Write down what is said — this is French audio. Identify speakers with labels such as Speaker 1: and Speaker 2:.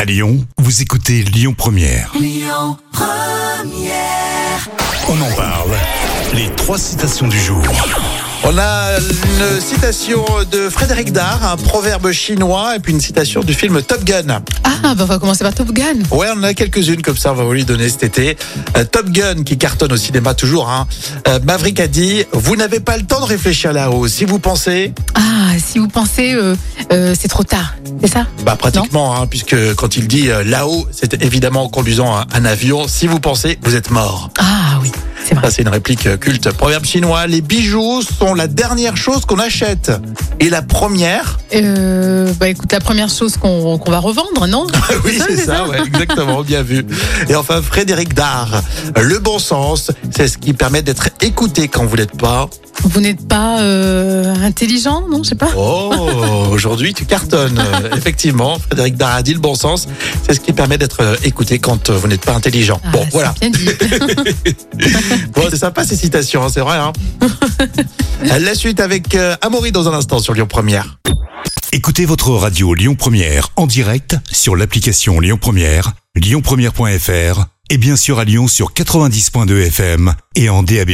Speaker 1: À Lyon, vous écoutez Lyon Première. On en parle. Les trois citations du jour.
Speaker 2: On a une citation de Frédéric Dard, un proverbe chinois, et puis une citation du film Top Gun.
Speaker 3: Ah, bah on va commencer par Top Gun.
Speaker 2: Ouais, on en a quelques-unes comme ça, on va vous les donner cet été. Euh, Top Gun qui cartonne au cinéma toujours. Hein. Euh, Maverick a dit, vous n'avez pas le temps de réfléchir là-haut. Si vous pensez,
Speaker 3: Ah, si vous pensez, euh, euh, c'est trop tard, c'est ça
Speaker 2: bah pratiquement, hein, puisque quand il dit euh, là-haut, c'est évidemment en conduisant un, un avion. Si vous pensez, vous êtes mort.
Speaker 3: Ah oui, c'est vrai.
Speaker 2: Ça, c'est une réplique euh, culte. Proverbe chinois, les bijoux sont la dernière chose qu'on achète. Et la première
Speaker 3: Euh, bah écoute, la première chose qu'on qu'on va revendre, non
Speaker 2: Ah Oui, c'est ça, ouais, exactement, bien vu. Et enfin, Frédéric Dard, le bon sens, c'est ce qui permet d'être écouté quand vous l'êtes pas.
Speaker 3: Vous n'êtes pas euh, intelligent, non Je sais pas.
Speaker 2: Oh, aujourd'hui tu cartonnes. Euh, Effectivement, Frédéric Dard a dit le bon sens, c'est ce qui permet d'être euh, écouté quand euh, vous n'êtes pas intelligent.
Speaker 3: Ah,
Speaker 2: bon,
Speaker 3: c'est
Speaker 2: voilà.
Speaker 3: Bien dit.
Speaker 2: Bon, c'est sympa ces citations, hein, c'est vrai. Hein La suite avec euh, Amaury dans un instant sur Lyon Première.
Speaker 1: Écoutez votre radio Lyon Première en direct sur l'application Lyon Première, lyonpremière.fr et bien sûr à Lyon sur 90.2 FM et en DAB+.